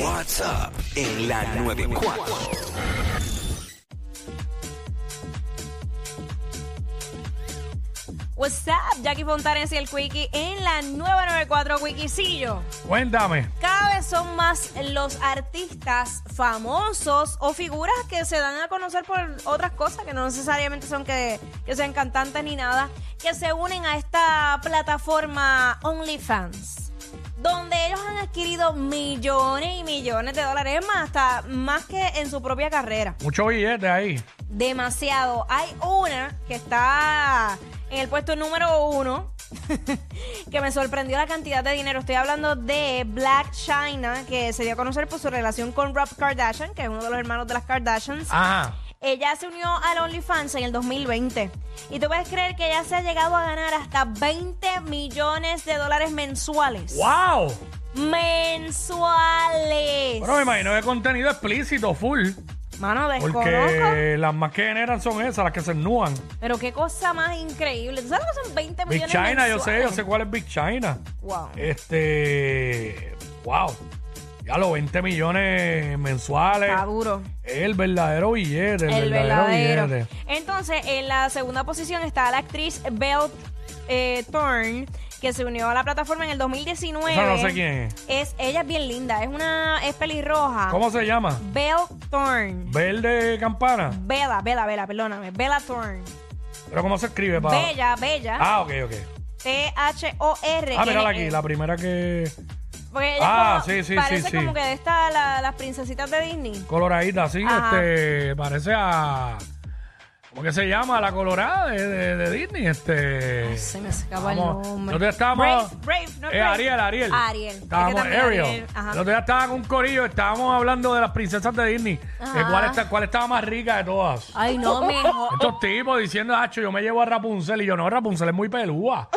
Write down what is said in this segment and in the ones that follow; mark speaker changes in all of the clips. Speaker 1: WhatsApp en la 94.
Speaker 2: What's up, Jackie Fontanes y el Quickie en la 994 Quickiecillo.
Speaker 3: Cuéntame.
Speaker 2: Cada vez son más los artistas famosos o figuras que se dan a conocer por otras cosas que no necesariamente son que, que sean cantantes ni nada, que se unen a esta plataforma OnlyFans, donde ellos han adquirido millones y millones de dólares, es más, hasta más que en su propia carrera
Speaker 3: Mucho billete ahí.
Speaker 2: demasiado. Hay una que está en el puesto número uno, que me sorprendió la cantidad de dinero. Estoy hablando de Black China, que se dio a conocer por su relación con Rob Kardashian, que es uno de los hermanos de las Kardashians.
Speaker 3: Ajá.
Speaker 2: Ella se unió al OnlyFans en el 2020. Y tú puedes creer que ella se ha llegado a ganar hasta 20 millones de dólares mensuales.
Speaker 3: ¡Wow!
Speaker 2: Mensuales.
Speaker 3: Bueno, me imagino que contenido explícito, full.
Speaker 2: Mano, desconozco.
Speaker 3: Porque las más que generan son esas, las que se ennúan.
Speaker 2: Pero qué cosa más increíble. ¿Tú sabes lo que son 20
Speaker 3: Big
Speaker 2: millones de
Speaker 3: China, yo sé, yo sé Eh, cuál es Big China.
Speaker 2: Wow.
Speaker 3: Este. ¡Wow! Ya los 20 millones mensuales.
Speaker 2: Está duro.
Speaker 3: El verdadero billete, el,
Speaker 2: El
Speaker 3: verdadero,
Speaker 2: verdadero.
Speaker 3: billete.
Speaker 2: Entonces, en la segunda posición está la actriz Belle eh, Thorne, que se unió a la plataforma en el 2019.
Speaker 3: Esa no sé quién es.
Speaker 2: Es, ella es bien linda, es una es pelirroja.
Speaker 3: ¿Cómo se llama?
Speaker 2: Belle Thorne.
Speaker 3: Verde Campana.
Speaker 2: Bella, Bella, Bella, perdóname. Bella Thorne.
Speaker 3: ¿Pero cómo se escribe? pa-
Speaker 2: Bella, Bella.
Speaker 3: Ah, ok, ok.
Speaker 2: T-H-O-R.
Speaker 3: Ah, mírala aquí, la primera que.
Speaker 2: E Porque ella
Speaker 3: Ah,
Speaker 2: como-
Speaker 3: sí, sí, sí,
Speaker 2: parece
Speaker 3: sí.
Speaker 2: como que de esta, la- las princesitas de Disney.
Speaker 3: coloradita así,
Speaker 2: Ajá.
Speaker 3: este, parece a. ¿Cómo que se llama? La colorada de, de- de Disney, este.
Speaker 2: Ay, se me escapa el
Speaker 3: Vamos,
Speaker 2: nombre.
Speaker 3: nosotros estábamos.
Speaker 2: Brave, Brave, no
Speaker 3: Eh,
Speaker 2: Brave.
Speaker 3: Ariel, Ariel.
Speaker 2: Ariel. Es que
Speaker 3: Estábamos,
Speaker 2: también
Speaker 3: Ariel.
Speaker 2: Ariel, ajá.
Speaker 3: Los días estaba con un corillo, estábamos hablando de las princesas de Disney.
Speaker 2: Ajá.
Speaker 3: De cuál, está, cuál estaba más rica de todas.
Speaker 2: Ay, no, mejor.
Speaker 3: Estos tipos diciendo, Hacho, yo me llevo a Rapunzel y yo no, Rapunzel es muy pelúa.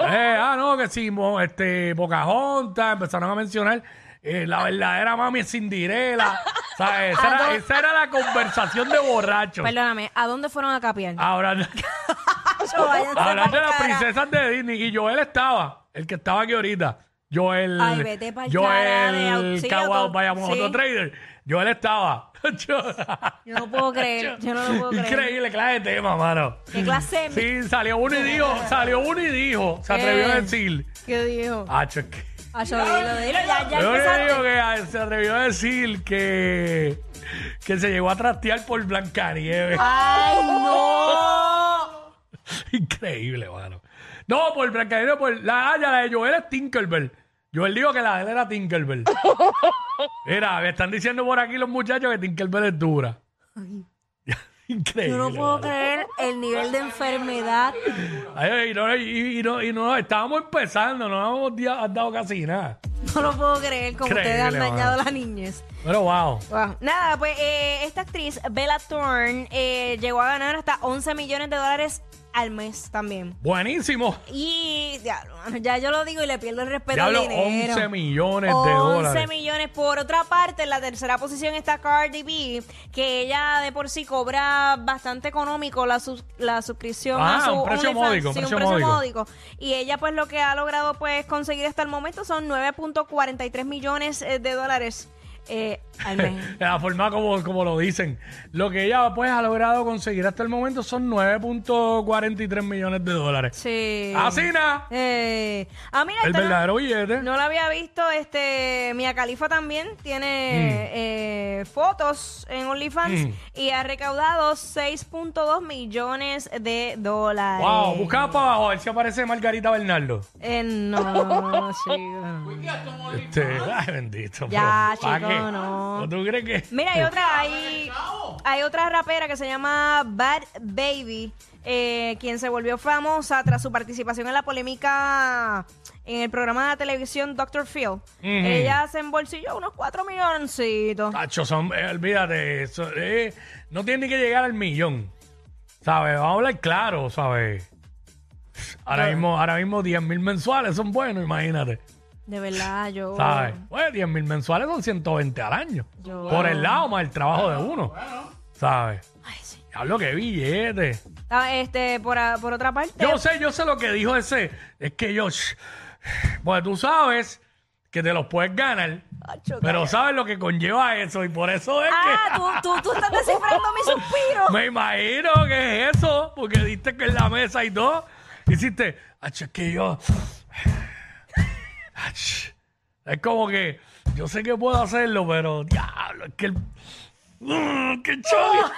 Speaker 3: Eh, ah, no, que sí, mo- este, Pocahontas, empezaron a mencionar eh, la verdadera mami es Cinderela. O sea, esa, era, esa era la conversación de borrachos.
Speaker 2: Perdóname, ¿a dónde fueron a capiar?
Speaker 3: Ahora,
Speaker 2: Yo, váyanse
Speaker 3: Ah, hablando de
Speaker 2: pa'l
Speaker 3: las
Speaker 2: cara.
Speaker 3: princesas de Disney, y Joel estaba, el que estaba aquí ahorita. Joel.
Speaker 2: Ay, vete pa'l cara de
Speaker 3: Joel.
Speaker 2: auxilio,
Speaker 3: Caguao,
Speaker 2: tú-
Speaker 3: vayamos,
Speaker 2: sí.
Speaker 3: otro trader. Joel estaba.
Speaker 2: Yo no puedo creer, yo no lo puedo creer.
Speaker 3: Increíble, clase de tema, mano.
Speaker 2: ¿Qué clase de-
Speaker 3: Sí, salió uno y dijo, salió uno y dijo, se atrevió a decir.
Speaker 2: ¿Qué dijo?
Speaker 3: Ah, es que.
Speaker 2: Ah, yo dilo, dilo, ya, ya
Speaker 3: Yo le digo
Speaker 2: empezaste.
Speaker 3: que ah, se atrevió a decir que, que se llegó a trastear por Blancanieves.
Speaker 2: ¡Ay, no!
Speaker 3: Increíble, mano. No, por Blancanieves, por la haya, la de Joel es Tinkerbell. Joel dijo que la de él era Tinkerbell. Mira, me están diciendo por aquí los muchachos que Tinkerbell es dura. Increíble.
Speaker 2: Yo no puedo
Speaker 3: mano.
Speaker 2: creer el nivel de enfermedad.
Speaker 3: Ay, y, no, y, y no, y no, estábamos empezando, no habíamos di- dado casi nada.
Speaker 2: No lo puedo creer como ustedes han
Speaker 3: Increíble,
Speaker 2: dañado
Speaker 3: mano.
Speaker 2: la niñez.
Speaker 3: Pero wow.
Speaker 2: Wow. Nada, pues eh, esta actriz, Bella Thorne, eh, llegó a ganar hasta 11 millones de dólares al mes también.
Speaker 3: Buenísimo.
Speaker 2: Y diablo, mano, ya, yo lo digo y le pierdo el respeto
Speaker 3: Ya
Speaker 2: al
Speaker 3: los
Speaker 2: dinero.
Speaker 3: 11 millones de
Speaker 2: 11
Speaker 3: dólares.
Speaker 2: millones. Por otra parte, en la tercera posición está Cardi B, que ella de por sí cobra bastante económico la, sus- la suscripción
Speaker 3: Ah,
Speaker 2: a su
Speaker 3: un precio
Speaker 2: OnlyFans.
Speaker 3: módico, un
Speaker 2: Sí,
Speaker 3: precio módico.
Speaker 2: módico. Y ella pues lo que ha logrado pues conseguir hasta el momento son 9.43 millones eh, de dólares eh, al mes.
Speaker 3: La forma como, como lo dicen. Lo que ella pues ha logrado conseguir hasta el momento son 9.43 millones de dólares.
Speaker 2: Sí.
Speaker 3: Así nada.
Speaker 2: Eh, ah, mira,
Speaker 3: El
Speaker 2: esta no-
Speaker 3: verdadero billete.
Speaker 2: no, la había visto. Este, Mia Khalifa también tiene eh, fotos en OnlyFans
Speaker 3: Mm.
Speaker 2: y ha recaudado 6.2 millones de dólares.
Speaker 3: Wow, buscaba para abajo a ver si aparece Margarita Bernardo.
Speaker 2: Eh, no, no, chico, no.
Speaker 3: Este, ay, bendito.
Speaker 2: Ya,
Speaker 3: pero, ¿pa'
Speaker 2: chico,
Speaker 3: qué?
Speaker 2: no.
Speaker 3: ¿Tú crees que.?
Speaker 2: Mira, hay otra, hay, hay otra rapera que se llama Bad Baby, eh, quien se volvió famosa tras su participación en la polémica en el programa de televisión Dr. Phil.
Speaker 3: Mm.
Speaker 2: Ella se embolsilló unos 4 milloncitos.
Speaker 3: Tacho, son, eh, olvídate, eso, eh, no tiene ni que llegar al millón. ¿Sabes? Vamos a hablar claro, ¿sabes? Ahora mismo, ahora mismo 10 mil mensuales son buenos, imagínate.
Speaker 2: De verdad, yo...
Speaker 3: ¿Sabes? Pues 10 mil mensuales son 120 al año.
Speaker 2: Oh. Yo-
Speaker 3: Por el lado más el trabajo de uno. ¿Sabes?
Speaker 2: Ay, sí.
Speaker 3: Hablo que billete.
Speaker 2: Ah, Este, por, a- por otra parte...
Speaker 3: Yo sé, yo sé lo que dijo ese. Es que yo. Pues tú sabes que te los puedes ganar.
Speaker 2: Acho,
Speaker 3: Pero sabes lo que conlleva eso y por eso es que...
Speaker 2: Ah, tú, tú, tú estás descifrando mi suspiro.
Speaker 3: Me imagino que es eso, porque diste que en la mesa y todo, hiciste, "Ach, es que yo. ach". es como que, yo sé que puedo hacerlo, pero diablo, es que el. Mm, ¡Qué choque!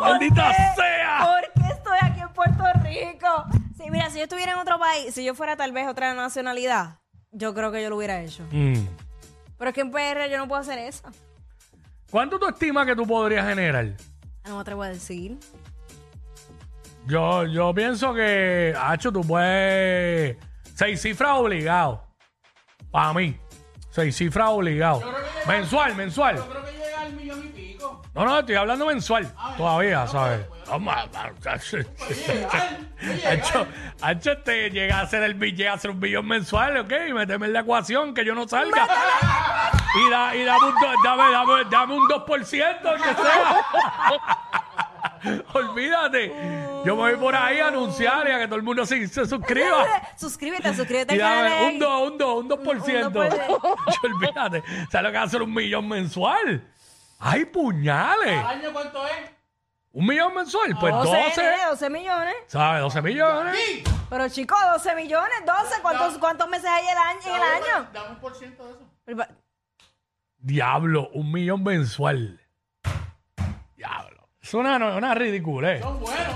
Speaker 3: ¡Maldita sea!
Speaker 2: Eh, ¿Por qué estoy aquí en Puerto Rico? Sí, mira, si yo estuviera en otro país, si yo fuera tal vez otra nacionalidad, yo creo que yo lo hubiera hecho.
Speaker 3: Mm.
Speaker 2: Pero es que en PR yo no puedo hacer eso.
Speaker 3: ¿Cuánto tú estimas que tú podrías generar?
Speaker 2: Ah, No me atrevo a decir.
Speaker 3: Yo, yo pienso que, Hacho, tú puedes. Seis cifras obligado. Para mí. Seis cifras obligado. Mensual, mensual.
Speaker 4: Yo creo que llega al millón y pico. Ah,
Speaker 3: No, no, estoy hablando mensual todavía, ¿sabes?
Speaker 4: pues,
Speaker 3: Vamos a- Hacho, Hacho, este llega a hacer el billete, a hacer un billón mensual, ¿ok? Y Méteme en la ecuación, que yo no salga. Y, da, y dame, un do- dame, dame- dame un 2%, que sea. Olvídate. Yo me voy por ahí a anunciar y a que todo el mundo se, se suscriba.
Speaker 2: Suscríbete, suscríbete
Speaker 3: Y
Speaker 2: al canal.
Speaker 3: dame un 2, un 2, eh, un 2 por ciento.
Speaker 2: Un 2%.
Speaker 3: Olvídate. ¿Sabes lo que va a ser un millón mensual? ¡Ay, puñales!
Speaker 4: ¿Al año cuánto es?
Speaker 3: ¿Un millón mensual? Pues
Speaker 2: 12,
Speaker 3: 12.
Speaker 2: nene, 12 millones.
Speaker 3: ¿Sabes? 12 millones.
Speaker 4: Sí.
Speaker 2: Pero chicos, 12 millones, 12, ¿cuántos, cuántos meses hay el año, en el año?
Speaker 4: Dame un por ciento de eso.
Speaker 3: Diablo, un millón mensual. Diablo. Es una, una ridiculez.
Speaker 4: Son buenos.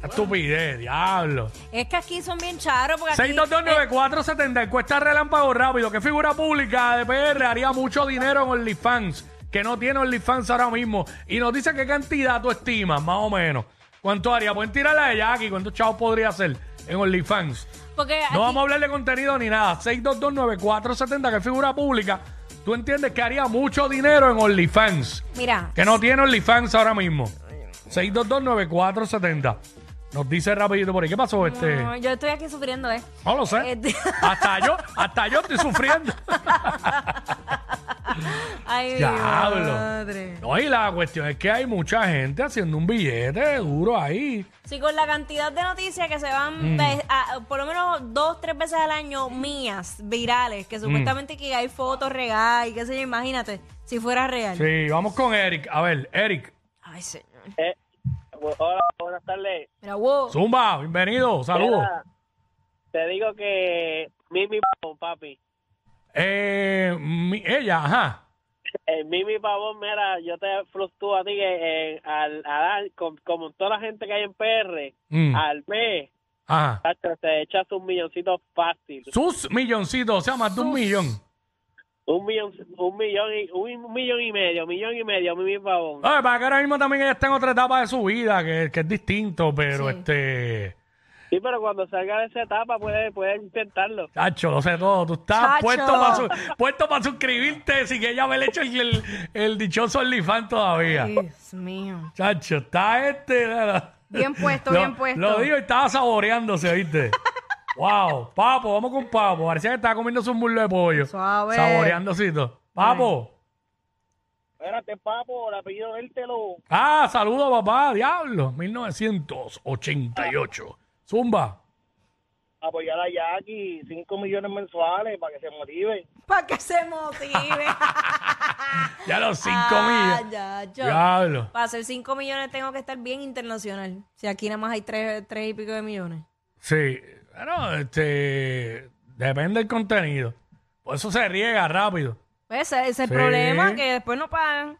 Speaker 3: Una estupidez, diablo.
Speaker 2: Es que aquí son bien charos porque aquí...
Speaker 3: 6229470, encuesta relámpago rápido. ¿Qué figura pública de PR haría mucho dinero en OnlyFans? Que no tiene OnlyFans ahora mismo. Y nos dice qué cantidad tú estimas, más o menos. ¿Cuánto haría? Pueden tirarla de Jackie. ¿Cuántos chavos podría hacer en OnlyFans?
Speaker 2: Porque aquí-
Speaker 3: No vamos a hablar de contenido ni nada. 6229470, que es figura pública. Tú entiendes que haría mucho dinero en OnlyFans.
Speaker 2: Mira,
Speaker 3: Que no tiene OnlyFans ahora mismo. 6229470. Nos dice rapidito por ahí. ¿Qué pasó este?
Speaker 2: no, yo estoy aquí sufriendo, ¿eh?
Speaker 3: No lo sé.
Speaker 2: Este-
Speaker 3: Hasta yo, hasta yo estoy sufriendo.
Speaker 2: Ay, mi
Speaker 3: Diablo.
Speaker 2: madre.
Speaker 3: No, y la cuestión es que hay mucha gente haciendo un billete duro ahí.
Speaker 2: Sí, con la cantidad de noticias que se van
Speaker 3: Mm.
Speaker 2: de- a- por lo menos dos, tres veces al año mías, virales,
Speaker 3: Mm.
Speaker 2: que supuestamente que hay fotos regadas y qué sé yo, imagínate, si fuera real.
Speaker 3: Sí, vamos con Eric. A ver, Eric.
Speaker 2: Ay, señor.
Speaker 5: Eh, bu- hola, buenas tardes.
Speaker 2: Mira, wow.
Speaker 3: Zumba, bienvenido. Saludos.
Speaker 5: Mira, Te digo que Mimi Pavón, papi.
Speaker 3: Eh, mi- ella, ajá.
Speaker 5: El Eh, Mimi Pavón, mira, yo te fluctúo a ti eh, eh, al, al- con- como toda la gente que hay en PR,
Speaker 3: Mm,
Speaker 5: al mes,
Speaker 3: Ajá.
Speaker 5: tacho, se echa un milloncito fácil.
Speaker 3: Sus milloncitos, o sea, más de un millón.
Speaker 5: Un millón, un millón y, un millón y medio, millón y medio, Mimi Pavón.
Speaker 3: Ay, Ah, para que ahora mismo también ella está en otra etapa de su vida, que, que es distinto, pero
Speaker 2: Sí.
Speaker 3: este.
Speaker 5: Sí, pero cuando salga de esa etapa puedes puede intentarlo.
Speaker 3: Chacho, lo sé todo. Tú estás
Speaker 2: Chacho.
Speaker 3: puesto para puesto pa suscribirte sin que ella haber hecho el, el, el dichoso OnlyFans todavía.
Speaker 2: Dios mío.
Speaker 3: Chacho, está este.
Speaker 2: Bien puesto,
Speaker 3: Lo-
Speaker 2: bien puesto.
Speaker 3: Lo digo y estaba saboreándose, ¿viste? wow, papo, vamos con papo. Parecía que estaba comiendo un muslo de pollo.
Speaker 2: Suave.
Speaker 3: Saboreándose y todo. Papo.
Speaker 5: Espérate, papo, el apellido del telo.
Speaker 3: Ah, saludo, papá. Diablo. 1988. Zumba.
Speaker 5: Apoyar a Jackie, 5 millones mensuales para que se motive.
Speaker 2: Para que se motive.
Speaker 3: Ya los 5
Speaker 2: Ah,
Speaker 3: millones.
Speaker 2: ya, yo.
Speaker 3: Diablo.
Speaker 2: Para hacer 5 millones tengo que estar bien internacional. Si aquí nada más hay 3 y pico de millones.
Speaker 3: Sí. Bueno, este. Depende del contenido. Por eso se riega rápido.
Speaker 2: Pues ese, ese es el
Speaker 3: Sí.
Speaker 2: problema, que después no pagan.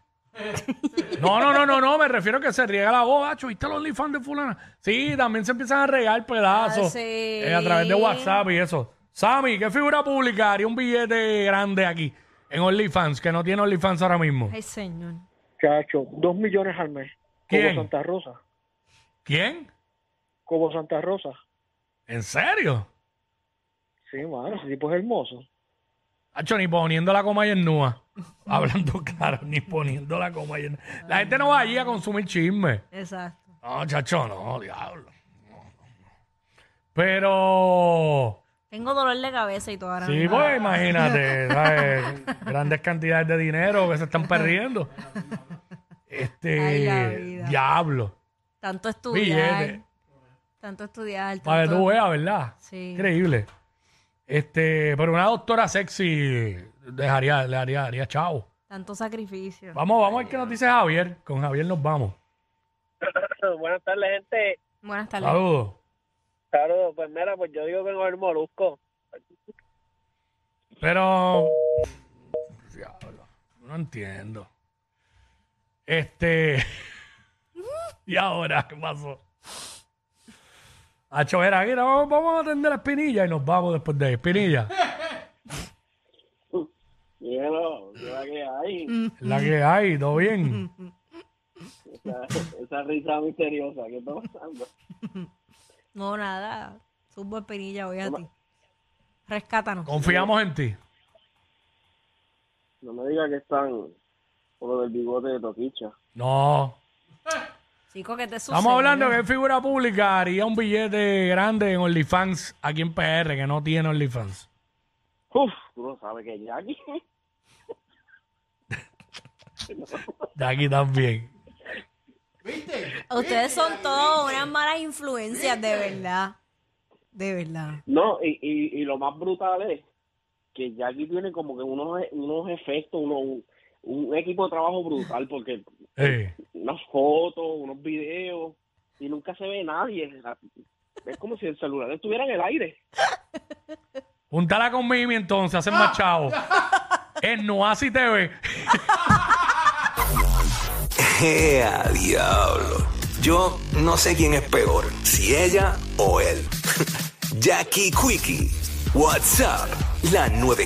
Speaker 3: No, no, no, no, no. Me refiero a que se riega la voz. Acho, ¿viste los OnlyFans de fulana? Sí, también se empiezan a regar pedazos.
Speaker 2: Ah, sí.
Speaker 3: eh, a través de WhatsApp y eso. Sammy, ¿qué figura pública haría un billete grande aquí? En OnlyFans, que no tiene OnlyFans ahora mismo.
Speaker 2: Ay, señor.
Speaker 6: Chacho, dos millones al mes.
Speaker 3: ¿Quién?
Speaker 6: Como Santa Rosa.
Speaker 3: ¿Quién?
Speaker 6: Como Santa Rosa.
Speaker 3: ¿En serio?
Speaker 6: Sí, mano, ese tipo es hermoso.
Speaker 3: Hacho, ni poniendo la coma y en nua. Hablando claro, ni poniendo la coma y en La gente no va allí a consumir chisme.
Speaker 2: Exacto.
Speaker 3: No, chacho, no, diablo. No, no, no. Pero.
Speaker 2: Tengo dolor de cabeza y todo ahora
Speaker 3: Sí,
Speaker 2: mismo.
Speaker 3: pues imagínate, ¿sabes? grandes cantidades de dinero que se están perdiendo.
Speaker 2: Ay, la
Speaker 3: Este,
Speaker 2: vida.
Speaker 3: diablo.
Speaker 2: Tanto estudiar.
Speaker 3: Billete.
Speaker 2: Tanto estudiar.
Speaker 3: Para que
Speaker 2: tanto-
Speaker 3: tú veas, ¿verdad?
Speaker 2: Sí.
Speaker 3: Increíble. Este, pero una doctora sexy dejaría, le haría, haría chao.
Speaker 2: Tanto sacrificio.
Speaker 3: Vamos, vamos a ver qué nos dice Javier. Con Javier nos vamos.
Speaker 5: Buenas tardes, gente.
Speaker 2: Buenas tardes.
Speaker 3: Saludos.
Speaker 5: Claro, pues mira, pues yo digo que mejor molusco.
Speaker 3: Pero. Diablo, no entiendo. Este. ¿Y ahora qué pasó? A era mira, vamos, vamos a atender a Espinilla y nos vamos después de ahí. Espinilla,
Speaker 5: Dígalo, ¿qué va que hay?
Speaker 3: la que hay, todo bien.
Speaker 5: Esa, esa risa misteriosa, ¿qué está pasando?
Speaker 2: No, nada. Subo espinilla hoy a ti. Rescátanos.
Speaker 3: Confiamos en ti.
Speaker 5: No me diga que están por lo del bigote de Toquicha.
Speaker 3: No.
Speaker 2: Chico, que te sucede?
Speaker 3: Estamos hablando que en figura pública haría un billete grande en OnlyFans aquí en PR, que no tiene OnlyFans.
Speaker 5: Uf, tú no sabes que Jackie.
Speaker 3: De aquí también.
Speaker 4: ¿Viste?
Speaker 2: Ustedes son todos unas malas influencias, de verdad. De verdad.
Speaker 5: No, y, y, y lo más brutal es que Jackie tiene como que unos, unos efectos, uno, un, un equipo de trabajo brutal, porque
Speaker 3: Eh,
Speaker 5: unas fotos, unos videos, y nunca se ve nadie. Es como si el celular estuviera en el aire.
Speaker 3: Puntala con Mimi entonces, hacen más chavo. En Noasi TV.
Speaker 1: ¡Ea, Eh, diablo! Yo no sé quién es peor, si ella o él. Jackie Quickie, WhatsApp, la 9.